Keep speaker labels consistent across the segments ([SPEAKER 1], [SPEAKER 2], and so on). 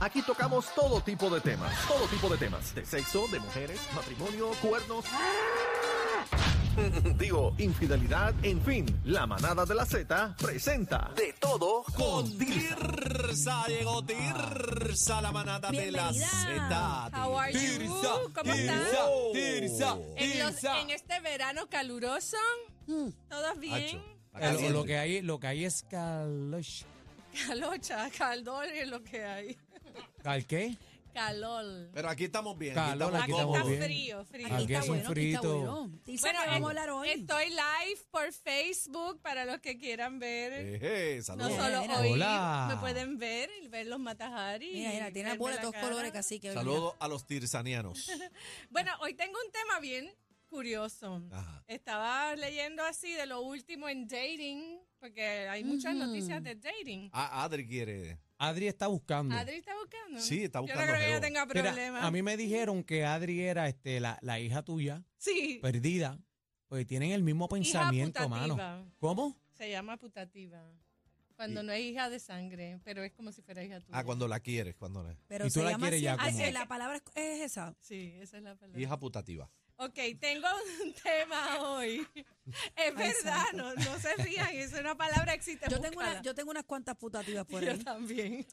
[SPEAKER 1] Aquí tocamos todo tipo de temas, todo tipo de temas, de sexo, de mujeres, matrimonio, cuernos. Digo, infidelidad, en fin, la manada de la Z presenta de todo con Tirsa.
[SPEAKER 2] Tirsa, llegó Tirsa, la manada de la
[SPEAKER 3] Bienvenida.
[SPEAKER 2] Z.
[SPEAKER 3] How are you? Uh, ¿Cómo
[SPEAKER 2] Tirsa,
[SPEAKER 3] estás?
[SPEAKER 2] Tirsa,
[SPEAKER 3] En, los-
[SPEAKER 2] Tirsa.
[SPEAKER 3] en este verano caluroso,
[SPEAKER 4] Hmm.
[SPEAKER 3] ¿todos bien?
[SPEAKER 5] Eh, lo, lo que hay, lo que hay es calosh.
[SPEAKER 3] Calocha, calor es lo que hay.
[SPEAKER 5] ¿Al qué?
[SPEAKER 3] Calor.
[SPEAKER 2] Pero aquí estamos bien.
[SPEAKER 5] Calor, aquí
[SPEAKER 3] Aquí
[SPEAKER 5] estamos
[SPEAKER 3] está
[SPEAKER 5] bien.
[SPEAKER 3] frío, frío.
[SPEAKER 5] Aquí es un frito.
[SPEAKER 3] Bueno,
[SPEAKER 4] vamos a
[SPEAKER 3] eh,
[SPEAKER 4] hablar hoy?
[SPEAKER 3] estoy live por Facebook para los que quieran ver.
[SPEAKER 2] Eh, eh,
[SPEAKER 3] No
[SPEAKER 2] saludos.
[SPEAKER 3] solo
[SPEAKER 4] Mira,
[SPEAKER 3] oír,
[SPEAKER 5] hola.
[SPEAKER 3] me pueden ver, ver los Matajari.
[SPEAKER 4] Mira, mira, tiene la
[SPEAKER 3] verme
[SPEAKER 4] bola de
[SPEAKER 3] la
[SPEAKER 4] todos
[SPEAKER 3] cara.
[SPEAKER 4] colores casi que
[SPEAKER 2] Saludos a los tirsanianos.
[SPEAKER 3] Bueno, hoy tengo un tema bien curioso.
[SPEAKER 2] Ajá.
[SPEAKER 3] Estaba leyendo así de lo último en dating, porque hay muchas noticias de dating.
[SPEAKER 2] Ah, Adri quiere.
[SPEAKER 5] Adri está buscando.
[SPEAKER 3] Adri está buscando.
[SPEAKER 2] Sí, está buscando
[SPEAKER 3] Yo no creo que
[SPEAKER 2] reo.
[SPEAKER 3] ella tenga
[SPEAKER 5] Mira,
[SPEAKER 3] problemas.
[SPEAKER 5] a mí me dijeron que Adri era este, la, la hija tuya,
[SPEAKER 3] sí,
[SPEAKER 5] perdida, pues tienen el mismo pensamiento,
[SPEAKER 3] putativa.
[SPEAKER 5] mano. ¿Cómo?
[SPEAKER 3] se llama putativa. Cuando
[SPEAKER 2] Y-
[SPEAKER 3] no es hija de sangre, pero es como si fuera hija tuya.
[SPEAKER 2] Ah, cuando la quieres, cuando la.
[SPEAKER 4] Pero
[SPEAKER 5] Y tú
[SPEAKER 4] se
[SPEAKER 5] la
[SPEAKER 4] llama
[SPEAKER 5] quieres ya
[SPEAKER 4] así,
[SPEAKER 5] como-
[SPEAKER 4] así, la palabra es- es esa.
[SPEAKER 3] Sí, esa es la palabra.
[SPEAKER 2] Hija putativa.
[SPEAKER 3] Ok, tengo un tema hoy. Es verdad, no,
[SPEAKER 4] santo.
[SPEAKER 3] no se rían, es una palabra que existe.
[SPEAKER 4] Yo tengo, una,
[SPEAKER 3] búscala.
[SPEAKER 4] yo tengo unas cuantas putativas por
[SPEAKER 3] Yo
[SPEAKER 4] ahí.
[SPEAKER 3] también.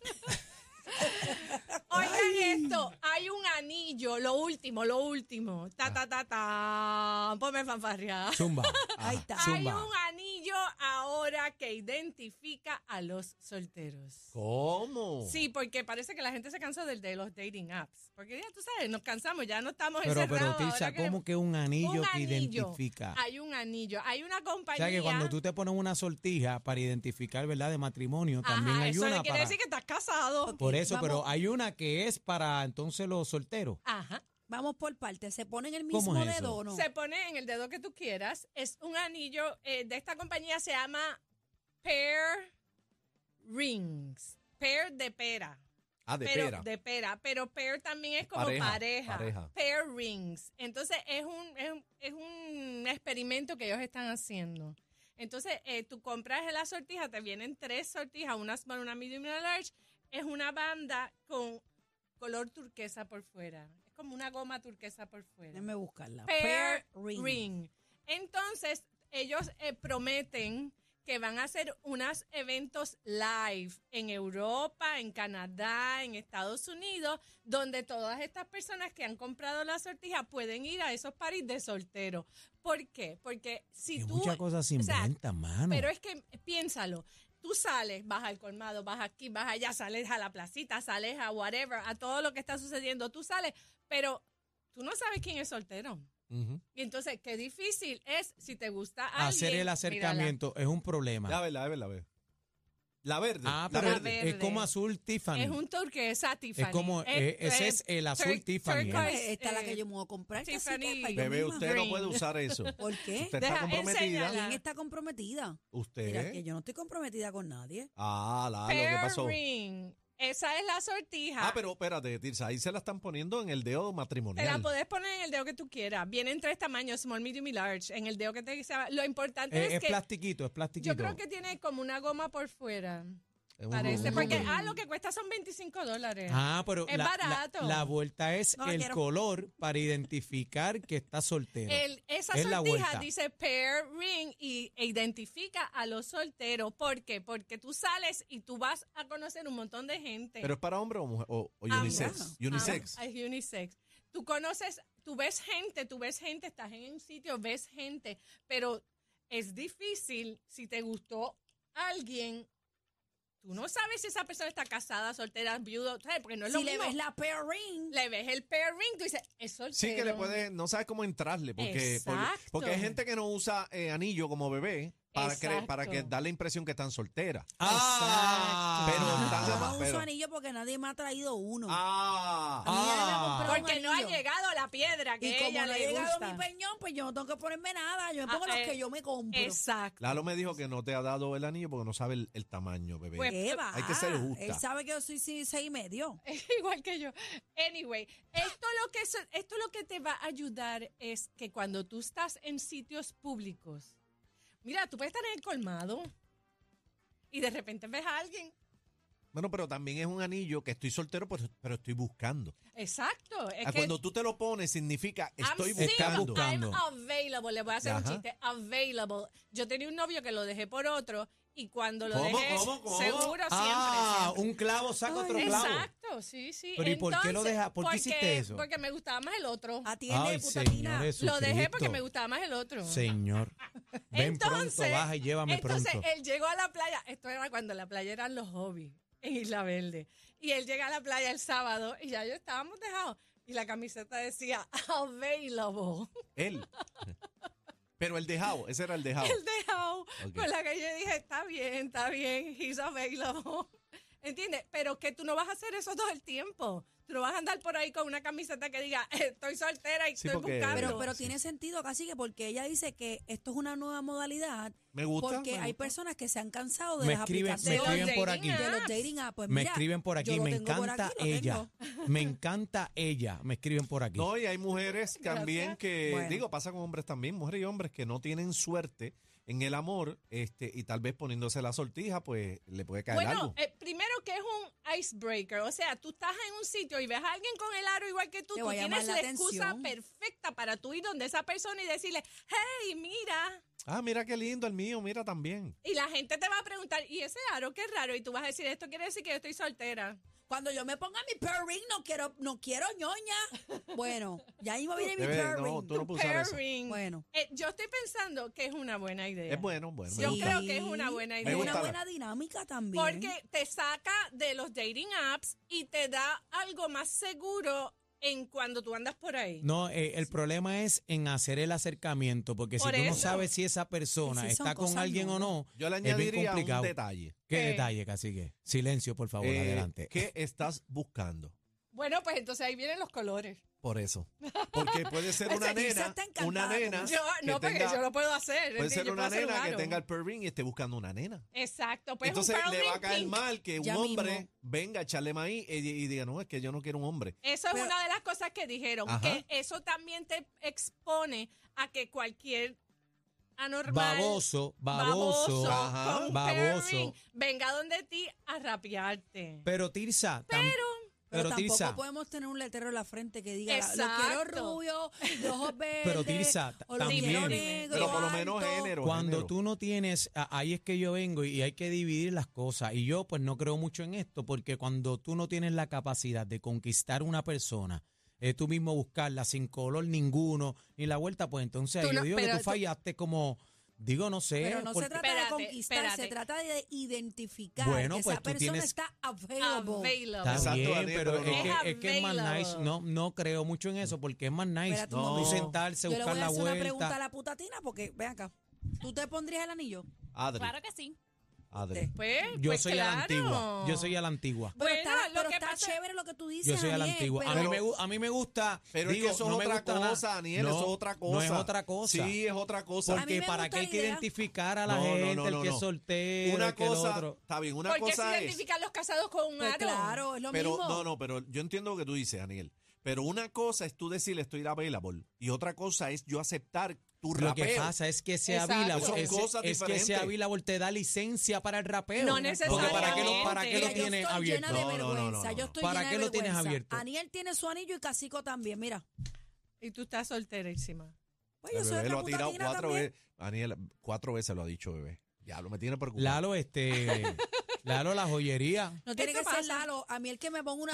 [SPEAKER 3] Oigan esto, hay un anillo, lo último, lo último. Ta ta ta ta. Ponme fanfarria.
[SPEAKER 5] Zumba.
[SPEAKER 4] Ahí está.
[SPEAKER 3] Hay
[SPEAKER 5] Zumba.
[SPEAKER 3] un anillo ahora que identifica a los solteros.
[SPEAKER 2] ¿Cómo?
[SPEAKER 3] Sí, porque parece que la gente se cansó del de los dating apps. Porque ya tú sabes, nos cansamos, ya no estamos
[SPEAKER 5] Pero, pero,
[SPEAKER 3] encerrados.
[SPEAKER 5] Tirsa,
[SPEAKER 3] ahora queremos-
[SPEAKER 5] ¿cómo que un anillo
[SPEAKER 3] Un
[SPEAKER 5] te
[SPEAKER 3] anillo.
[SPEAKER 5] identifica?
[SPEAKER 3] Hay un anillo, hay una
[SPEAKER 5] O
[SPEAKER 3] compañía.
[SPEAKER 5] sea, que cuando tú te pones una sortija para identificar, ¿verdad?, de matrimonio,
[SPEAKER 3] Ajá,
[SPEAKER 5] también hay
[SPEAKER 3] eso
[SPEAKER 5] una
[SPEAKER 3] le quiere
[SPEAKER 5] para...
[SPEAKER 3] decir que estás casado.
[SPEAKER 5] Por eso,
[SPEAKER 4] Vamos.
[SPEAKER 5] pero hay una que es para entonces los solteros.
[SPEAKER 3] Ajá.
[SPEAKER 4] Vamos por partes. ¿Se ponen el
[SPEAKER 5] ¿Cómo
[SPEAKER 4] mismo
[SPEAKER 5] es eso?
[SPEAKER 4] dedo o no?
[SPEAKER 3] Se pone en el dedo que tú quieras. Es un anillo eh, de esta compañía, se llama Pear Rings. Pear de pera.
[SPEAKER 2] Ah, de
[SPEAKER 3] pero,
[SPEAKER 2] pera.
[SPEAKER 3] De pera. Pero pear también es como
[SPEAKER 2] Pareja,
[SPEAKER 3] pareja.
[SPEAKER 2] pareja.
[SPEAKER 3] Pear Rings. Entonces es un, es, un- es un experimento que ellos están haciendo. Entonces eh, tú compras la sortija, te vienen tres sortijas, una small, una medium y una large. Es una banda con color turquesa por fuera. Es como una goma turquesa por fuera.
[SPEAKER 4] Déjame buscarla.
[SPEAKER 3] Pair
[SPEAKER 4] Pair
[SPEAKER 3] ring. Entonces, ellos eh, prometen que van a hacer unos eventos live en Europa, en Canadá, en Estados Unidos, donde todas estas personas que han comprado la sortija pueden ir a esos paris de soltero. ¿Por qué? Porque si
[SPEAKER 5] que
[SPEAKER 3] tú...
[SPEAKER 5] muchas cosas se
[SPEAKER 3] o sea,
[SPEAKER 5] inventan, mano.
[SPEAKER 3] Pero es que piénsalo. Tú sales, vas al colmado, vas aquí, vas allá, sales a la placita, sales a whatever, a todo lo que está sucediendo. Tú sales, pero tú no sabes quién es soltero.
[SPEAKER 2] Ujú.
[SPEAKER 3] Y entonces, qué difícil es si te gusta alguien.
[SPEAKER 5] Hacer el
[SPEAKER 3] mírala.
[SPEAKER 5] acercamiento es un problema.
[SPEAKER 2] La verde, la verde, la verde. La verde.
[SPEAKER 5] Ah,
[SPEAKER 2] la
[SPEAKER 5] pero
[SPEAKER 3] La
[SPEAKER 5] es-
[SPEAKER 2] verde.
[SPEAKER 5] es como azul Tiffany.
[SPEAKER 3] Es un turquesa, Tiffany.
[SPEAKER 5] Es como, eh, ese es el azul
[SPEAKER 3] tur-
[SPEAKER 5] Tiffany.
[SPEAKER 3] turquoise,
[SPEAKER 4] Pues, Esta es la que
[SPEAKER 3] eh,
[SPEAKER 4] yo me voy a comprar. casi
[SPEAKER 3] Tiffany.
[SPEAKER 4] que es para yo
[SPEAKER 2] Bebé,
[SPEAKER 4] misma.
[SPEAKER 2] usted no
[SPEAKER 3] Green.
[SPEAKER 2] puede usar eso.
[SPEAKER 4] ¿por qué?
[SPEAKER 2] Usted
[SPEAKER 3] ¿Eh? Deja,
[SPEAKER 2] está comprometida.
[SPEAKER 3] enséñala.
[SPEAKER 4] ¿Quién está comprometida?
[SPEAKER 5] ¿Eh?
[SPEAKER 4] Mira, que
[SPEAKER 2] Usted.
[SPEAKER 4] yo no estoy comprometida con nadie.
[SPEAKER 2] Ah, la, lo que
[SPEAKER 3] Pear
[SPEAKER 2] pasó.
[SPEAKER 3] ring. Esa es la sortija.
[SPEAKER 2] Ah, pero espérate, Tirsa, ahí se la están poniendo en el dedo
[SPEAKER 3] Te la
[SPEAKER 2] matrimonial.
[SPEAKER 3] podés poner en el dedo que tú quieras. Vienen tres tamaños, small, medium y large. En el dedo que te sea. Lo importante
[SPEAKER 5] Eh,
[SPEAKER 3] es,
[SPEAKER 5] es
[SPEAKER 3] que
[SPEAKER 5] plastiquito, es plastiquito. Oh,
[SPEAKER 3] yo creo que tiene como una goma por fuera.
[SPEAKER 2] Es un
[SPEAKER 3] Parece,
[SPEAKER 2] rubro.
[SPEAKER 3] porque ah, lo que cuesta son 25 dólares.
[SPEAKER 5] Ah, pero
[SPEAKER 3] Es
[SPEAKER 5] la, la-
[SPEAKER 3] barato.
[SPEAKER 5] la vuelta es
[SPEAKER 4] No la
[SPEAKER 5] el
[SPEAKER 4] quiero.
[SPEAKER 5] color para identificar que está soltero.
[SPEAKER 3] El- esa
[SPEAKER 5] Es la vuelta.
[SPEAKER 3] sortija dice pair ring y e identifica a los solteros. ¿Por qué? Porque tú sales y tú vas a conocer un montón de gente.
[SPEAKER 2] Pero es para hombre o mujer o, o
[SPEAKER 3] Ambas.
[SPEAKER 2] unisex.
[SPEAKER 3] Ah,
[SPEAKER 2] Unisex.
[SPEAKER 3] es unisex. Tú conoces, tú ves gente, tú ves gente, estás en un sitio, ves gente, pero es difícil si te gustó alguien. Tú no sabes si esa persona está casada, soltera, viuda, ¿sabes? porque no es
[SPEAKER 4] Si
[SPEAKER 3] lo
[SPEAKER 4] le
[SPEAKER 3] mismo.
[SPEAKER 4] ves la pair ring,
[SPEAKER 3] Le ves el pair ring, tú dices, es soltero.
[SPEAKER 2] Sí que le puedes, no sabes cómo entrarle, porque, porque,
[SPEAKER 3] Exacto.
[SPEAKER 2] porque hay gente que no usa eh, anillo como bebé para, que,
[SPEAKER 3] Exacto.
[SPEAKER 2] para que da la impresión que están solteras.
[SPEAKER 5] ah,
[SPEAKER 2] Pero
[SPEAKER 4] yo
[SPEAKER 2] están-
[SPEAKER 4] no
[SPEAKER 2] pero-
[SPEAKER 4] uso anillo porque nadie me ha traído uno.
[SPEAKER 2] Ah,
[SPEAKER 4] A mí nadie me ha
[SPEAKER 5] Ah.
[SPEAKER 4] comprado un
[SPEAKER 3] Porque no ha
[SPEAKER 4] anillo.
[SPEAKER 3] llegado la piedra que
[SPEAKER 4] Y como
[SPEAKER 3] ella
[SPEAKER 4] no ha
[SPEAKER 3] le
[SPEAKER 4] llegado
[SPEAKER 3] gusta.
[SPEAKER 4] mi peñón, pues yo no tengo que ponerme nada. Yo me
[SPEAKER 3] Ah,
[SPEAKER 4] pongo los
[SPEAKER 3] eh,
[SPEAKER 4] que yo me compro.
[SPEAKER 3] Exacto.
[SPEAKER 2] Lalo me dijo que no te ha dado el anillo porque no sabe el, el tamaño, bebé.
[SPEAKER 3] Pues-
[SPEAKER 4] ¿Qué va?
[SPEAKER 2] Hay que ser justa.
[SPEAKER 4] ah, Él sabe que yo soy seis, seis y medio.
[SPEAKER 3] Igual que yo. Anyway, esto lo, que es- esto lo que te va a ayudar es que cuando tú estás en sitios públicos, mira, tú puedes estar en el colmado y de repente ves a alguien
[SPEAKER 2] Bueno, pero también es un anillo que estoy soltero, pero, pero estoy buscando.
[SPEAKER 3] Exacto. Es
[SPEAKER 2] Ah,
[SPEAKER 3] que
[SPEAKER 2] Cuando tú te lo pones, significa estoy
[SPEAKER 3] I'm single,
[SPEAKER 2] buscando.
[SPEAKER 5] buscando.
[SPEAKER 3] I'm available. Le voy a hacer un
[SPEAKER 2] Ajá.
[SPEAKER 3] chiste. Available. Yo tenía un novio que lo dejé por otro y cuando lo
[SPEAKER 2] ¿Cómo,
[SPEAKER 3] dejé,
[SPEAKER 2] cómo, cómo?
[SPEAKER 3] seguro,
[SPEAKER 5] ah,
[SPEAKER 3] siempre. siempre.
[SPEAKER 5] un clavo saca otro clavo.
[SPEAKER 3] Exacto, sí, sí.
[SPEAKER 5] Pero ¿y por qué lo
[SPEAKER 3] Entonces,
[SPEAKER 5] deja? ¿Por qué hiciste
[SPEAKER 3] porque-
[SPEAKER 5] eso?
[SPEAKER 3] Porque me gustaba más el otro.
[SPEAKER 4] Atiende,
[SPEAKER 5] Ay,
[SPEAKER 4] putatina.
[SPEAKER 5] señores.
[SPEAKER 3] Lo dejé porque
[SPEAKER 5] Jesucristo.
[SPEAKER 3] me gustaba más el otro.
[SPEAKER 5] Señor, ven pronto, baja y llévame
[SPEAKER 3] entonces
[SPEAKER 5] pronto.
[SPEAKER 4] eh,
[SPEAKER 3] él llegó a la playa, esto era cuando la playa eran los hobbies en Isla Verde, y él llega a la playa el sábado y ya yo estábamos dejados y la camiseta decía available,
[SPEAKER 2] Él. Pero el dejado, ese era el dejado.
[SPEAKER 3] el pues dejado,
[SPEAKER 2] Ok.
[SPEAKER 3] con la que yo dije, está bien, está bien, he's available, ¿entiendes? Pero que tú no vas a hacer eso todo el tiempo, tú no vas a andar por ahí con una camiseta que diga, estoy soltera y
[SPEAKER 2] Sí,
[SPEAKER 3] estoy
[SPEAKER 2] porque-
[SPEAKER 3] buscando.
[SPEAKER 4] Pero, pero
[SPEAKER 2] Sí.
[SPEAKER 4] tiene sentido, casi que porque ella dice que esto es una nueva modalidad
[SPEAKER 2] Me gusta.
[SPEAKER 4] porque
[SPEAKER 2] me
[SPEAKER 4] hay
[SPEAKER 2] gusta.
[SPEAKER 4] personas que se han cansado de
[SPEAKER 5] Me
[SPEAKER 4] las
[SPEAKER 5] escriben- me
[SPEAKER 4] aplicaciones.
[SPEAKER 3] escriben
[SPEAKER 4] de los
[SPEAKER 3] por
[SPEAKER 4] dating
[SPEAKER 3] aquí.
[SPEAKER 4] De los dating apps. Pues
[SPEAKER 5] me
[SPEAKER 4] mira,
[SPEAKER 5] escriben por aquí,
[SPEAKER 4] yo lo
[SPEAKER 5] me
[SPEAKER 4] tengo por
[SPEAKER 5] encanta
[SPEAKER 4] aquí, lo
[SPEAKER 5] ella.
[SPEAKER 4] tengo.
[SPEAKER 5] Me encanta ella, me escriben por aquí.
[SPEAKER 2] No, y hay mujeres también
[SPEAKER 3] Gracias.
[SPEAKER 2] que,
[SPEAKER 4] Bueno.
[SPEAKER 2] digo, pasa con hombres también, mujeres y hombres que no tienen suerte en el amor, este, y tal vez poniéndose la sortija, pues le puede caer
[SPEAKER 3] Bueno,
[SPEAKER 2] algo.
[SPEAKER 3] eh, primero que es un icebreaker, o sea, tú estás en un sitio y ves a alguien con el aro igual que tú,
[SPEAKER 4] Te
[SPEAKER 3] tú
[SPEAKER 4] va a llamar
[SPEAKER 3] tienes
[SPEAKER 4] la
[SPEAKER 3] la, excusa
[SPEAKER 4] atención.
[SPEAKER 3] perfecta para tú ir donde esa persona y decirle, hey, mira,
[SPEAKER 2] Ah, mira qué lindo el mío, mira también.
[SPEAKER 3] y la gente te va a preguntar, ¿y ese aro qué raro? Y tú vas a decir, esto quiere decir que yo estoy soltera.
[SPEAKER 4] Cuando yo me ponga mi pearl ring, no quiero, no quiero ñoña. Bueno, ya mismo viene mi
[SPEAKER 2] Debe- no,
[SPEAKER 4] pearl ring.
[SPEAKER 2] tú no puedes usar eso.
[SPEAKER 3] Pairing.
[SPEAKER 4] Bueno.
[SPEAKER 3] Eh, yo estoy pensando que es una buena idea.
[SPEAKER 2] Es bueno, bueno. me
[SPEAKER 3] Yo
[SPEAKER 2] gusta.
[SPEAKER 3] creo que es una buena idea.
[SPEAKER 4] Es
[SPEAKER 2] Me gusta.
[SPEAKER 4] una buena dinámica también.
[SPEAKER 3] Porque te saca de los dating apps y te da algo más seguro en cuando tú andas por ahí.
[SPEAKER 5] No, eh, el problema es en hacer el acercamiento, porque
[SPEAKER 3] Por
[SPEAKER 5] si tú no
[SPEAKER 3] eso.
[SPEAKER 5] sabes si esa persona
[SPEAKER 4] Que sí son
[SPEAKER 5] está con
[SPEAKER 4] cosas
[SPEAKER 5] alguien o no,
[SPEAKER 2] Yo le
[SPEAKER 5] Es bien
[SPEAKER 2] añadiría un
[SPEAKER 5] complicado.
[SPEAKER 2] detalle.
[SPEAKER 5] qué
[SPEAKER 3] Eh.
[SPEAKER 5] detalle, cacique. Silencio, por favor,
[SPEAKER 2] Eh,
[SPEAKER 5] adelante.
[SPEAKER 2] ¿Qué estás buscando?
[SPEAKER 3] Bueno, pues entonces ahí vienen los colores.
[SPEAKER 2] Por eso. Porque puede ser
[SPEAKER 4] Ese
[SPEAKER 2] una
[SPEAKER 4] Lisa
[SPEAKER 2] nena,
[SPEAKER 4] está encantada
[SPEAKER 2] una
[SPEAKER 4] con
[SPEAKER 2] nena.
[SPEAKER 4] eso.
[SPEAKER 3] Yo,
[SPEAKER 2] que
[SPEAKER 3] no, porque
[SPEAKER 2] tenga-
[SPEAKER 3] yo lo puedo hacer.
[SPEAKER 2] Puede
[SPEAKER 3] ¿entiendes?
[SPEAKER 2] ser
[SPEAKER 3] Yo
[SPEAKER 2] una
[SPEAKER 3] puedo hacer un
[SPEAKER 2] nena que
[SPEAKER 3] aro.
[SPEAKER 2] tenga el pearl ring y esté buscando una nena.
[SPEAKER 3] Exacto. Pues
[SPEAKER 2] Entonces
[SPEAKER 3] un pearl
[SPEAKER 2] le va a
[SPEAKER 3] ring
[SPEAKER 2] caer
[SPEAKER 3] pink.
[SPEAKER 2] mal que un
[SPEAKER 4] Ya
[SPEAKER 2] hombre
[SPEAKER 4] mismo.
[SPEAKER 2] venga a echarle maíz y, y diga, no, es que yo no quiero un hombre.
[SPEAKER 3] Eso es
[SPEAKER 4] Pero-
[SPEAKER 3] una de las cosas que dijeron,
[SPEAKER 2] Ajá.
[SPEAKER 3] que eso también te expone a que cualquier anormal,
[SPEAKER 5] Baboso,
[SPEAKER 3] baboso,
[SPEAKER 5] baboso,
[SPEAKER 2] Ajá.
[SPEAKER 3] con un pearl
[SPEAKER 5] baboso.
[SPEAKER 3] ring, venga donde ti a rapearte.
[SPEAKER 5] Pero Tirsa, tam-
[SPEAKER 4] Pero,
[SPEAKER 5] pero
[SPEAKER 4] tampoco
[SPEAKER 5] Tirsa,
[SPEAKER 4] podemos tener un letrero en la frente que diga, lo quiero
[SPEAKER 3] Exacto.
[SPEAKER 4] rubio, de ojos verdes,
[SPEAKER 5] Pero, Tirsa,
[SPEAKER 4] o lo quiero
[SPEAKER 3] también.
[SPEAKER 4] negro,
[SPEAKER 2] Pero por lo menos
[SPEAKER 4] alto".
[SPEAKER 2] género.
[SPEAKER 5] Cuando
[SPEAKER 2] género.
[SPEAKER 5] tú no tienes, a- ahí es que yo vengo y hay que dividir las cosas. Y yo pues no creo mucho en esto, porque cuando tú no tienes la capacidad de conquistar una persona, eh, tú mismo buscarla sin color ninguno, ni la vuelta, pues entonces
[SPEAKER 3] Tú
[SPEAKER 5] yo
[SPEAKER 3] no-
[SPEAKER 5] digo que
[SPEAKER 3] pero
[SPEAKER 5] tú
[SPEAKER 3] tú-
[SPEAKER 5] fallaste como, digo, no sé.
[SPEAKER 4] Pero no
[SPEAKER 5] porque-
[SPEAKER 4] se trata
[SPEAKER 3] Espérate,
[SPEAKER 4] de conquistar, se
[SPEAKER 3] espérate.
[SPEAKER 4] trata de identificar
[SPEAKER 5] Bueno,
[SPEAKER 4] que
[SPEAKER 5] pues
[SPEAKER 4] esa
[SPEAKER 5] tú
[SPEAKER 4] persona
[SPEAKER 5] tienes-
[SPEAKER 4] está available.
[SPEAKER 3] Available.
[SPEAKER 5] Está
[SPEAKER 2] Exacto,
[SPEAKER 5] bien,
[SPEAKER 2] Daniel,
[SPEAKER 5] pero,
[SPEAKER 2] pero
[SPEAKER 5] es,
[SPEAKER 2] no.
[SPEAKER 5] que, es que es más
[SPEAKER 3] Available.
[SPEAKER 5] nice. No, no creo mucho en eso, porque es más nice.
[SPEAKER 4] Espérate un
[SPEAKER 5] Tú
[SPEAKER 4] momento.
[SPEAKER 5] sentarse,
[SPEAKER 4] Yo le
[SPEAKER 5] buscar
[SPEAKER 4] voy a
[SPEAKER 5] la
[SPEAKER 4] hacer una pregunta a
[SPEAKER 5] vuelta.
[SPEAKER 4] la putatina porque, ven acá, ¿tú te pondrías el anillo?
[SPEAKER 2] Adri,
[SPEAKER 6] Claro que sí.
[SPEAKER 2] Adri.
[SPEAKER 4] Te-
[SPEAKER 3] Pues,
[SPEAKER 5] Yo
[SPEAKER 3] pues
[SPEAKER 5] soy a
[SPEAKER 3] claro.
[SPEAKER 5] la antigua. Yo soy a la antigua.
[SPEAKER 4] Pero
[SPEAKER 3] Bueno,
[SPEAKER 4] está,
[SPEAKER 3] lo
[SPEAKER 4] pero
[SPEAKER 3] que
[SPEAKER 4] está
[SPEAKER 3] pasa-
[SPEAKER 4] chévere lo que tú dices,
[SPEAKER 5] Yo soy a la
[SPEAKER 4] Daniel,
[SPEAKER 5] antigua. A
[SPEAKER 4] pero-
[SPEAKER 5] mí, me, gu- a mí me gusta.
[SPEAKER 2] Pero
[SPEAKER 5] digo,
[SPEAKER 2] es que eso
[SPEAKER 5] no
[SPEAKER 2] es
[SPEAKER 5] me
[SPEAKER 2] otra
[SPEAKER 5] gusta nada.
[SPEAKER 2] cosa, Daniel,
[SPEAKER 5] No,
[SPEAKER 2] eso es otra cosa.
[SPEAKER 5] No es otra cosa.
[SPEAKER 2] Sí, es otra cosa.
[SPEAKER 4] A mí
[SPEAKER 5] Porque
[SPEAKER 4] me
[SPEAKER 5] para
[SPEAKER 4] gusta
[SPEAKER 5] qué hay
[SPEAKER 4] la
[SPEAKER 5] que
[SPEAKER 4] idea.
[SPEAKER 5] identificar a la
[SPEAKER 2] No, no,
[SPEAKER 5] gente,
[SPEAKER 2] no,
[SPEAKER 5] el
[SPEAKER 2] no,
[SPEAKER 5] que
[SPEAKER 2] no.
[SPEAKER 5] es soltero,
[SPEAKER 2] una
[SPEAKER 5] el que el
[SPEAKER 2] cosa,
[SPEAKER 5] otro.
[SPEAKER 2] está bien, una
[SPEAKER 3] Porque se
[SPEAKER 2] cosa es...
[SPEAKER 3] identifican los casados con un
[SPEAKER 4] Pues
[SPEAKER 3] aro.
[SPEAKER 4] claro, es lo
[SPEAKER 2] pero,
[SPEAKER 4] mismo.
[SPEAKER 2] No, no, pero yo entiendo lo que tú dices, Daniel. Pero una cosa es tú decirle estoy available y otra cosa es yo aceptar tu
[SPEAKER 5] Lo
[SPEAKER 2] rapeo.
[SPEAKER 5] que pasa es que ese
[SPEAKER 3] Exacto.
[SPEAKER 5] Avila
[SPEAKER 3] Son
[SPEAKER 5] es,
[SPEAKER 2] cosas
[SPEAKER 5] es que ese
[SPEAKER 2] diferentes.
[SPEAKER 5] Avila te da licencia para el rapeo.
[SPEAKER 3] No
[SPEAKER 5] Porque para qué lo,
[SPEAKER 3] necesariamente.
[SPEAKER 5] para qué
[SPEAKER 4] Mira,
[SPEAKER 5] lo
[SPEAKER 4] yo
[SPEAKER 5] tienes
[SPEAKER 4] estoy
[SPEAKER 5] abierto.
[SPEAKER 4] Llena de
[SPEAKER 2] No, no, no,
[SPEAKER 4] vergüenza.
[SPEAKER 2] no, no.
[SPEAKER 4] Yo estoy
[SPEAKER 5] ¿Para
[SPEAKER 4] llena
[SPEAKER 5] qué
[SPEAKER 4] de
[SPEAKER 5] lo tienes
[SPEAKER 4] vergüenza.
[SPEAKER 5] abierto?
[SPEAKER 4] Aniel tiene su anillo y Cacico también, mira.
[SPEAKER 3] Y tú estás solterísima.
[SPEAKER 4] Oye, yo
[SPEAKER 2] El
[SPEAKER 4] soy
[SPEAKER 2] bebé
[SPEAKER 4] otra
[SPEAKER 2] lo ha tirado
[SPEAKER 4] putatina
[SPEAKER 2] cuatro
[SPEAKER 4] también.
[SPEAKER 2] veces. Daniel, cuatro veces lo ha dicho, bebé. Diablo, me tiene preocupado.
[SPEAKER 5] Lalo, este. Lalo, la joyería.
[SPEAKER 4] No tiene
[SPEAKER 3] ¿Esto
[SPEAKER 4] que ser
[SPEAKER 3] pasa?
[SPEAKER 4] Lalo. A mí el que me ponga una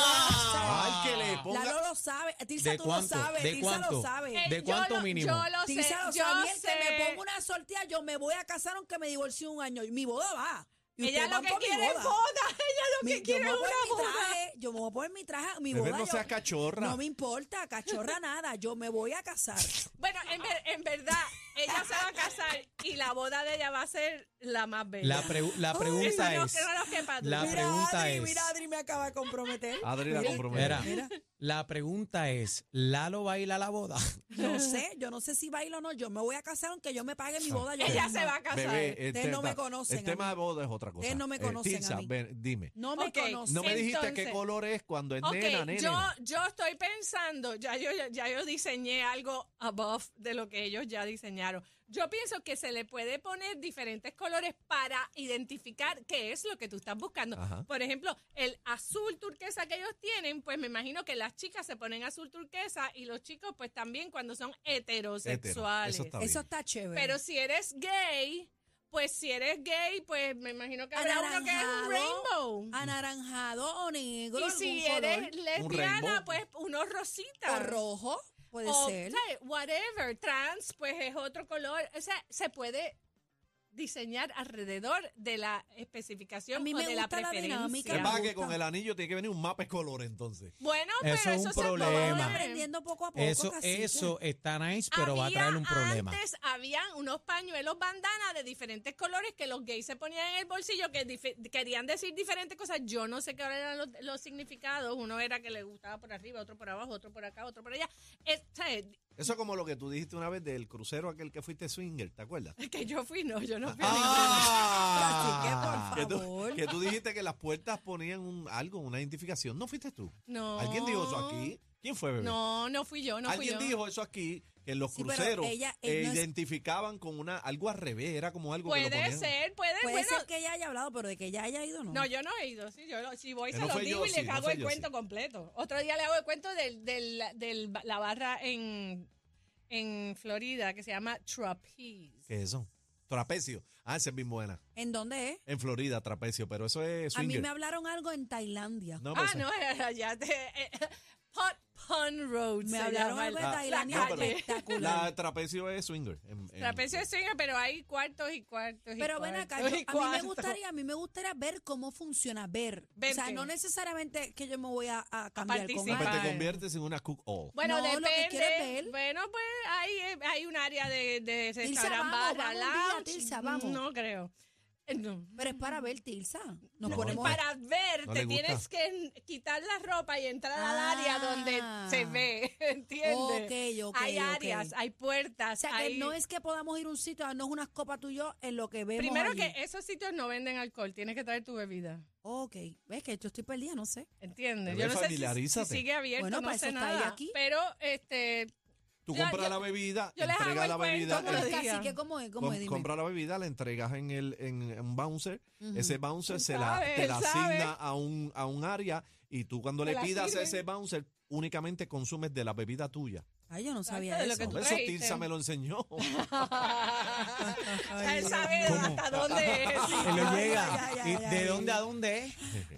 [SPEAKER 2] Al que le
[SPEAKER 4] sortida no va a
[SPEAKER 2] Ah, ponga.
[SPEAKER 4] ser. Lalo lo sabe. Tirsa
[SPEAKER 5] ¿De
[SPEAKER 4] tú
[SPEAKER 5] cuánto?
[SPEAKER 4] lo sabes.
[SPEAKER 5] ¿De
[SPEAKER 4] Tirsa
[SPEAKER 5] cuánto?
[SPEAKER 4] lo sabe.
[SPEAKER 5] ¿De
[SPEAKER 3] yo
[SPEAKER 5] cuánto
[SPEAKER 3] lo-
[SPEAKER 5] mínimo?
[SPEAKER 3] Eh, Yo lo sé,
[SPEAKER 4] Tirsa lo
[SPEAKER 3] yo
[SPEAKER 4] sabe. Y el
[SPEAKER 3] sé.
[SPEAKER 4] que me ponga una sortida, yo me voy a casar aunque me divorcie un año. Y mi boda va. Y
[SPEAKER 3] Ella
[SPEAKER 4] ustedes
[SPEAKER 3] lo
[SPEAKER 4] van
[SPEAKER 3] que
[SPEAKER 4] por mi
[SPEAKER 3] quiere es
[SPEAKER 4] boda.
[SPEAKER 3] boda. Ella lo
[SPEAKER 4] Mi-
[SPEAKER 3] que quiere
[SPEAKER 4] yo
[SPEAKER 3] es
[SPEAKER 4] me voy a
[SPEAKER 3] una
[SPEAKER 4] poner mi
[SPEAKER 3] boda.
[SPEAKER 4] traje, yo me voy a poner mi traje, mi
[SPEAKER 2] Bebé,
[SPEAKER 4] boda.
[SPEAKER 2] no
[SPEAKER 4] yo-
[SPEAKER 2] seas cachorra.
[SPEAKER 4] No me importa, cachorra nada, yo me voy a casar.
[SPEAKER 3] Bueno, en, ver- en verdad, ella se va a casar y la boda de ella va a ser la más bella.
[SPEAKER 5] La, preu- la
[SPEAKER 4] Ay,
[SPEAKER 5] pregunta
[SPEAKER 3] Eso no-
[SPEAKER 5] es.
[SPEAKER 3] que no nos quepa duda.
[SPEAKER 5] La
[SPEAKER 4] mira,
[SPEAKER 5] pregunta
[SPEAKER 4] Adri,
[SPEAKER 5] es-
[SPEAKER 4] mira, Adri me acaba de comprometer.
[SPEAKER 2] Adri la
[SPEAKER 4] Mira,
[SPEAKER 2] comprometió.
[SPEAKER 5] Mira,
[SPEAKER 4] Mira.
[SPEAKER 5] la pregunta es: ¿Lalo baila la boda?
[SPEAKER 4] No sé, yo no sé si bailo o no, yo me voy a casar aunque yo me pague mi boda. yo
[SPEAKER 3] Ella
[SPEAKER 4] misma.
[SPEAKER 3] se va a casar.
[SPEAKER 2] Bebé, el
[SPEAKER 4] eh, Ustedes no
[SPEAKER 2] tema-
[SPEAKER 4] me conocen
[SPEAKER 2] El
[SPEAKER 4] a
[SPEAKER 2] tema
[SPEAKER 4] mí.
[SPEAKER 2] de boda es otra cosa.
[SPEAKER 4] Ustedes no me
[SPEAKER 2] Eh,
[SPEAKER 4] conocen a
[SPEAKER 2] Tirsa,
[SPEAKER 4] mí.
[SPEAKER 2] ven, dime.
[SPEAKER 4] No me
[SPEAKER 3] Ok,
[SPEAKER 4] conoce.
[SPEAKER 2] No me dijiste
[SPEAKER 3] Entonces-
[SPEAKER 2] qué color es cuando es
[SPEAKER 3] Ok,
[SPEAKER 2] nena, nena.
[SPEAKER 3] yo, yo estoy pensando, ya yo, ya yo diseñé algo above de lo que ellos ya Aro. Yo pienso que se le puede poner diferentes colores para identificar qué es lo que tú estás buscando.
[SPEAKER 2] Ajá.
[SPEAKER 3] Por ejemplo, el azul turquesa que ellos tienen, pues me imagino que las chicas se ponen azul turquesa y los chicos pues también cuando son heterosexuales.
[SPEAKER 2] Eso está bien.
[SPEAKER 4] Eso está chévere.
[SPEAKER 3] Pero si eres gay, pues si eres gay, pues me imagino que habrá uno que es un
[SPEAKER 4] Anaranjado.
[SPEAKER 3] rainbow.
[SPEAKER 4] Anaranjado o negro.
[SPEAKER 3] Y
[SPEAKER 4] algún
[SPEAKER 3] si
[SPEAKER 4] color.
[SPEAKER 3] eres lesbiana,
[SPEAKER 2] rainbow.
[SPEAKER 3] pues uno
[SPEAKER 4] O
[SPEAKER 3] rosita.
[SPEAKER 4] rojo, puede
[SPEAKER 3] O,
[SPEAKER 4] ser.
[SPEAKER 3] ¿sabes? Whatever, trans, pues es otro color. O sea, se puede diseñar alrededor de la especificación
[SPEAKER 4] A mí
[SPEAKER 3] o
[SPEAKER 4] me
[SPEAKER 3] de la
[SPEAKER 4] gusta la
[SPEAKER 3] preferencia.
[SPEAKER 4] dinámica.
[SPEAKER 2] Es más
[SPEAKER 4] Me
[SPEAKER 2] que
[SPEAKER 4] gusta.
[SPEAKER 2] con el anillo tiene que venir un mapa de color entonces.
[SPEAKER 3] Bueno, pero
[SPEAKER 5] Eso
[SPEAKER 3] eso,
[SPEAKER 5] es un
[SPEAKER 3] se
[SPEAKER 4] Lo vamos
[SPEAKER 5] problema.
[SPEAKER 3] puede.
[SPEAKER 4] aprendiendo poco a poco.
[SPEAKER 5] Eso,
[SPEAKER 4] cacique. Ah,
[SPEAKER 5] eso está nice, pero va a
[SPEAKER 3] Había
[SPEAKER 5] traer un problema.
[SPEAKER 3] Antes habían unos pañuelos bandana de diferentes colores que los gays se ponían en el bolsillo que dife- querían decir diferentes cosas. Yo no sé qué eran los, los significados. Uno era que le gustaba por arriba, otro por abajo, otro por acá, otro por allá. Es- o sea,
[SPEAKER 2] Eso es como lo que tú dijiste una vez del crucero aquel que fuiste swinger, ¿te acuerdas?
[SPEAKER 3] que yo fui, no, yo no fui. a
[SPEAKER 2] Ah,
[SPEAKER 4] Cacique, por
[SPEAKER 2] que,
[SPEAKER 4] favor.
[SPEAKER 2] tú, que tú dijiste que las puertas ponían un, algo, una identificación. No fuiste tú.
[SPEAKER 3] No.
[SPEAKER 2] ¿Alguien dijo eso aquí? ¿Quién fue, bebé?
[SPEAKER 3] No, no fui yo, no fui
[SPEAKER 2] Alguien
[SPEAKER 3] yo.
[SPEAKER 2] dijo eso aquí, que en los
[SPEAKER 4] Sí, pero
[SPEAKER 2] cruceros
[SPEAKER 4] ella-
[SPEAKER 2] eh,
[SPEAKER 4] él no es-
[SPEAKER 2] identificaban con una algo al revés, era como algo que lo
[SPEAKER 3] Puede
[SPEAKER 2] ponían.
[SPEAKER 3] ser, puede,
[SPEAKER 4] Puede
[SPEAKER 3] bueno,
[SPEAKER 4] ser que ella haya hablado, pero de que ella haya ido, no.
[SPEAKER 3] No, yo no he ido. Sí, yo, lo- si voy,
[SPEAKER 2] Que
[SPEAKER 3] se
[SPEAKER 2] no
[SPEAKER 3] lo
[SPEAKER 2] fue
[SPEAKER 3] digo
[SPEAKER 2] yo,
[SPEAKER 3] y
[SPEAKER 2] sí,
[SPEAKER 3] les
[SPEAKER 2] no
[SPEAKER 3] hago
[SPEAKER 2] fue
[SPEAKER 3] el
[SPEAKER 2] yo,
[SPEAKER 3] cuento
[SPEAKER 2] sí.
[SPEAKER 3] completo. Otro día le hago el cuento del, del, del- la barra en, en Florida que se llama Trapeze.
[SPEAKER 2] ¿Qué es eso? Trapecio. Ah, esa es bien buena.
[SPEAKER 4] ¿En dónde es?
[SPEAKER 2] En Florida, trapecio, pero eso es
[SPEAKER 4] A mí
[SPEAKER 2] swinger.
[SPEAKER 4] me hablaron algo en Tailandia.
[SPEAKER 2] No, pues, pero
[SPEAKER 3] Ah,
[SPEAKER 2] eso-
[SPEAKER 3] no, ya te. eh, Pot Pun Road.
[SPEAKER 4] me
[SPEAKER 3] se
[SPEAKER 4] hablaron
[SPEAKER 3] llama
[SPEAKER 4] algo en
[SPEAKER 3] la-
[SPEAKER 2] Ah,
[SPEAKER 4] Tailandia.
[SPEAKER 3] la
[SPEAKER 2] no, pero-
[SPEAKER 3] calle.
[SPEAKER 4] espectacular.
[SPEAKER 2] La trapecio es swinger. en- en-
[SPEAKER 3] Trapecio de swing, pero hay cuartos y cuartos. y
[SPEAKER 4] Pero ven acá,
[SPEAKER 3] cuartos
[SPEAKER 4] yo-
[SPEAKER 3] y
[SPEAKER 4] a mí me
[SPEAKER 3] cuartos.
[SPEAKER 4] gustaría, a mí me gustaría ver cómo funciona, ver.
[SPEAKER 3] Ver
[SPEAKER 4] o sea,
[SPEAKER 3] qué.
[SPEAKER 4] no necesariamente que yo me voy a, a cambiar con
[SPEAKER 3] participar.
[SPEAKER 2] Pero
[SPEAKER 4] alguien.
[SPEAKER 2] te conviertes en una cook all.
[SPEAKER 3] Bueno,
[SPEAKER 4] No, lo que
[SPEAKER 3] depende.
[SPEAKER 4] quieres ver.
[SPEAKER 3] Bueno, pues hay, eh, hay un área de, de
[SPEAKER 4] Tilsa,
[SPEAKER 3] restaurant
[SPEAKER 4] vamos,
[SPEAKER 3] barra
[SPEAKER 4] vamos un día,
[SPEAKER 3] lounge.
[SPEAKER 4] Tilsa, vamos.
[SPEAKER 3] No creo. Eh, No.
[SPEAKER 4] Pero es para ver, Tilsa. Nos
[SPEAKER 2] No,
[SPEAKER 4] ponemos
[SPEAKER 3] Para ver,
[SPEAKER 2] No
[SPEAKER 3] te
[SPEAKER 2] le gusta.
[SPEAKER 3] tienes que en- quitar la ropa y entrar
[SPEAKER 4] Ah.
[SPEAKER 3] al área donde se ve, ¿entiendes?
[SPEAKER 4] Ok, ok,
[SPEAKER 3] hay
[SPEAKER 4] ok.
[SPEAKER 3] áreas, hay puertas.
[SPEAKER 4] O sea,
[SPEAKER 3] hay-
[SPEAKER 4] que no es que podamos ir a un sitio a darnos unas copas tú y yo en lo que vemos.
[SPEAKER 3] Primero
[SPEAKER 4] allí.
[SPEAKER 3] que esos sitios no venden alcohol, tienes que traer tu bebida,
[SPEAKER 4] Ok, ves que yo estoy perdida, no sé.
[SPEAKER 3] ¿entiendes?
[SPEAKER 2] Bebé,
[SPEAKER 3] Yo no sé si- si,
[SPEAKER 2] familiarízate.
[SPEAKER 3] sigue abierto,
[SPEAKER 4] Bueno,
[SPEAKER 3] no
[SPEAKER 4] para
[SPEAKER 3] sé
[SPEAKER 4] eso está ahí
[SPEAKER 3] nada.
[SPEAKER 4] aquí.
[SPEAKER 3] Pero este,
[SPEAKER 2] Tú
[SPEAKER 3] Ya,
[SPEAKER 2] compras
[SPEAKER 3] ya.
[SPEAKER 2] la bebida,
[SPEAKER 3] Yo les hago
[SPEAKER 2] entregas
[SPEAKER 3] el
[SPEAKER 2] la
[SPEAKER 3] cuento,
[SPEAKER 2] bebida,
[SPEAKER 4] ¿Cómo
[SPEAKER 3] lo
[SPEAKER 2] el-
[SPEAKER 4] es,
[SPEAKER 3] diga.
[SPEAKER 4] cacique? ¿Cómo es? ¿Cómo
[SPEAKER 2] com-
[SPEAKER 4] es? Dime.
[SPEAKER 2] compras la bebida, la entregas en el en, en un bouncer,
[SPEAKER 4] Ujú.
[SPEAKER 2] ese bouncer
[SPEAKER 3] Él
[SPEAKER 2] se la,
[SPEAKER 3] sabe,
[SPEAKER 2] te
[SPEAKER 3] él
[SPEAKER 2] la
[SPEAKER 3] sabe.
[SPEAKER 2] asigna a un a un área y tú cuando
[SPEAKER 3] Te
[SPEAKER 2] le
[SPEAKER 3] la
[SPEAKER 2] pidas a
[SPEAKER 3] sirven.
[SPEAKER 2] ese bouncer únicamente consumes de la bebida tuya.
[SPEAKER 4] Ay, yo no sabía
[SPEAKER 3] de lo
[SPEAKER 4] eso.
[SPEAKER 3] que tú
[SPEAKER 2] No, eso
[SPEAKER 3] trajiste.
[SPEAKER 2] Tirsa me lo enseñó.
[SPEAKER 3] él sabe hasta dónde es. sí.
[SPEAKER 5] Él lo
[SPEAKER 4] Ay,
[SPEAKER 5] llega.
[SPEAKER 4] ay, ay,
[SPEAKER 5] ¿Y
[SPEAKER 4] ay,
[SPEAKER 5] ¿De
[SPEAKER 4] ay.
[SPEAKER 5] dónde a dónde es?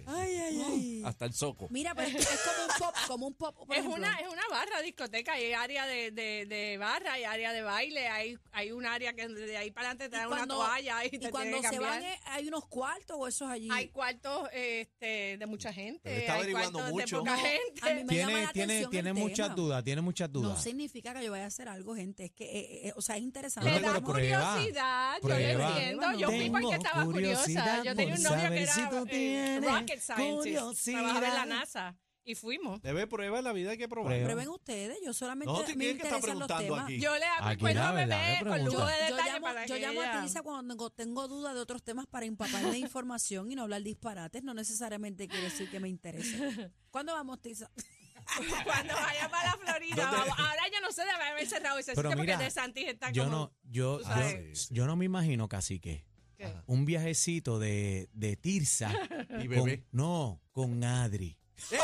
[SPEAKER 4] Ay, ay, ay.
[SPEAKER 2] Hasta el soco.
[SPEAKER 4] Mira, pero es, que es como un pop, como un pop. por
[SPEAKER 3] Es
[SPEAKER 4] ejemplo.
[SPEAKER 3] una, es una barra discoteca, hay área de, de, de barra, hay área de baile, hay, hay un área que de ahí para adelante te
[SPEAKER 4] Y
[SPEAKER 3] dan una
[SPEAKER 4] cuando-
[SPEAKER 3] toalla y, te
[SPEAKER 4] Y
[SPEAKER 3] tienen
[SPEAKER 4] cuando
[SPEAKER 3] que
[SPEAKER 4] se van,
[SPEAKER 3] cambiar.
[SPEAKER 4] eh, hay unos cuartos o esos allí.
[SPEAKER 3] Hay cuartos este, de mucha gente.
[SPEAKER 2] Él está
[SPEAKER 3] hay
[SPEAKER 2] averiguando
[SPEAKER 3] cuartos
[SPEAKER 2] mucho.
[SPEAKER 3] De poca
[SPEAKER 4] No,
[SPEAKER 3] gente.
[SPEAKER 4] a mí me llama
[SPEAKER 5] Tiene,
[SPEAKER 4] la
[SPEAKER 5] tiene,
[SPEAKER 4] atención
[SPEAKER 5] tiene
[SPEAKER 4] el
[SPEAKER 5] muchas
[SPEAKER 4] tema.
[SPEAKER 5] dudas, tiene muchas
[SPEAKER 4] no
[SPEAKER 5] dudas.
[SPEAKER 4] significa que yo vaya a hacer algo, gente. Es que, eh, eh, o sea, es interesante.
[SPEAKER 5] No,
[SPEAKER 3] Le
[SPEAKER 5] pero
[SPEAKER 3] da
[SPEAKER 5] prueba,
[SPEAKER 3] curiosidad, yo lo
[SPEAKER 5] prueba.
[SPEAKER 3] entiendo. Yo fui
[SPEAKER 5] Tengo
[SPEAKER 3] porque estaba curiosa.
[SPEAKER 5] curiosidad
[SPEAKER 3] Yo tenía un
[SPEAKER 5] por
[SPEAKER 3] novio que
[SPEAKER 5] saber
[SPEAKER 3] era
[SPEAKER 5] si tú
[SPEAKER 3] eh,
[SPEAKER 5] tienes
[SPEAKER 3] rocket scientist.
[SPEAKER 5] curiosidad.
[SPEAKER 3] Trabajaba en la NASA y fuimos.
[SPEAKER 2] Debe prueba la vida hay que probar.
[SPEAKER 5] Prueba.
[SPEAKER 4] Prueben ustedes, yo solamente
[SPEAKER 2] No, tú
[SPEAKER 4] me
[SPEAKER 2] tienes que estar
[SPEAKER 4] interesan los
[SPEAKER 2] preguntando
[SPEAKER 4] temas.
[SPEAKER 2] aquí.
[SPEAKER 3] Yo le hago el
[SPEAKER 5] Aquí
[SPEAKER 3] cuento
[SPEAKER 5] la
[SPEAKER 3] a
[SPEAKER 5] verdad,
[SPEAKER 3] bebé
[SPEAKER 5] me
[SPEAKER 3] con
[SPEAKER 5] pregunta.
[SPEAKER 3] lujo de
[SPEAKER 4] Yo
[SPEAKER 3] detalle
[SPEAKER 4] llamo,
[SPEAKER 3] para
[SPEAKER 4] yo
[SPEAKER 3] que
[SPEAKER 4] llamo
[SPEAKER 3] ella-
[SPEAKER 4] a Tirsa cuando tengo- tengo dudas de otros temas para empaparme información y no hablar disparates. No necesariamente quiere decir que me interese. ¿Cuándo vamos, Tirsa?
[SPEAKER 3] cuando vaya para la Florida.
[SPEAKER 2] ¿Dónde?
[SPEAKER 3] vamos. Ahora yo no sé de haber cerrado ese
[SPEAKER 5] Pero
[SPEAKER 3] sitio porque
[SPEAKER 5] mira,
[SPEAKER 3] de Santis está
[SPEAKER 5] Yo
[SPEAKER 3] como...
[SPEAKER 5] no, yo,
[SPEAKER 3] tú
[SPEAKER 5] yo,
[SPEAKER 3] sabes.
[SPEAKER 5] yo no me imagino casi que
[SPEAKER 3] ¿Qué?
[SPEAKER 5] un viajecito de, de Tirsa.
[SPEAKER 2] Y
[SPEAKER 5] con-
[SPEAKER 2] bebé.
[SPEAKER 5] no, con Adri.
[SPEAKER 2] ¡Eh!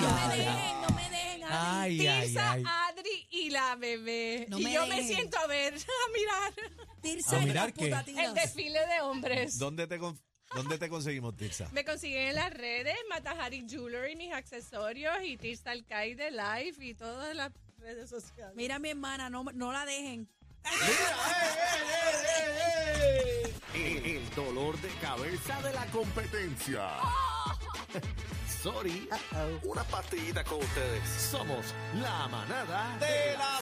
[SPEAKER 4] No me
[SPEAKER 5] Ay.
[SPEAKER 4] dejen, no me dejen. Adri.
[SPEAKER 5] Ay, ay,
[SPEAKER 3] Tirsa,
[SPEAKER 5] ay.
[SPEAKER 3] Adri y la bebé.
[SPEAKER 4] No
[SPEAKER 3] y
[SPEAKER 4] me
[SPEAKER 3] yo me
[SPEAKER 4] dejes.
[SPEAKER 3] siento a ver, a mirar
[SPEAKER 4] Tirsa,
[SPEAKER 5] A
[SPEAKER 4] y
[SPEAKER 5] mirar
[SPEAKER 4] las
[SPEAKER 5] qué.
[SPEAKER 4] putatinas.
[SPEAKER 3] el desfile de hombres.
[SPEAKER 2] ¿Dónde te con- dónde te conseguimos, Tirsa?
[SPEAKER 3] Me consiguen en las redes, Matajari Jewelry, mis accesorios y Tirsa Alcaide Live y todas las redes sociales.
[SPEAKER 4] Mira, mi hermana, no, no la dejen.
[SPEAKER 1] El, ¡Eh, el dolor de cabeza de la competencia. Sorry. Una pastillita con ustedes. Somos la manada de la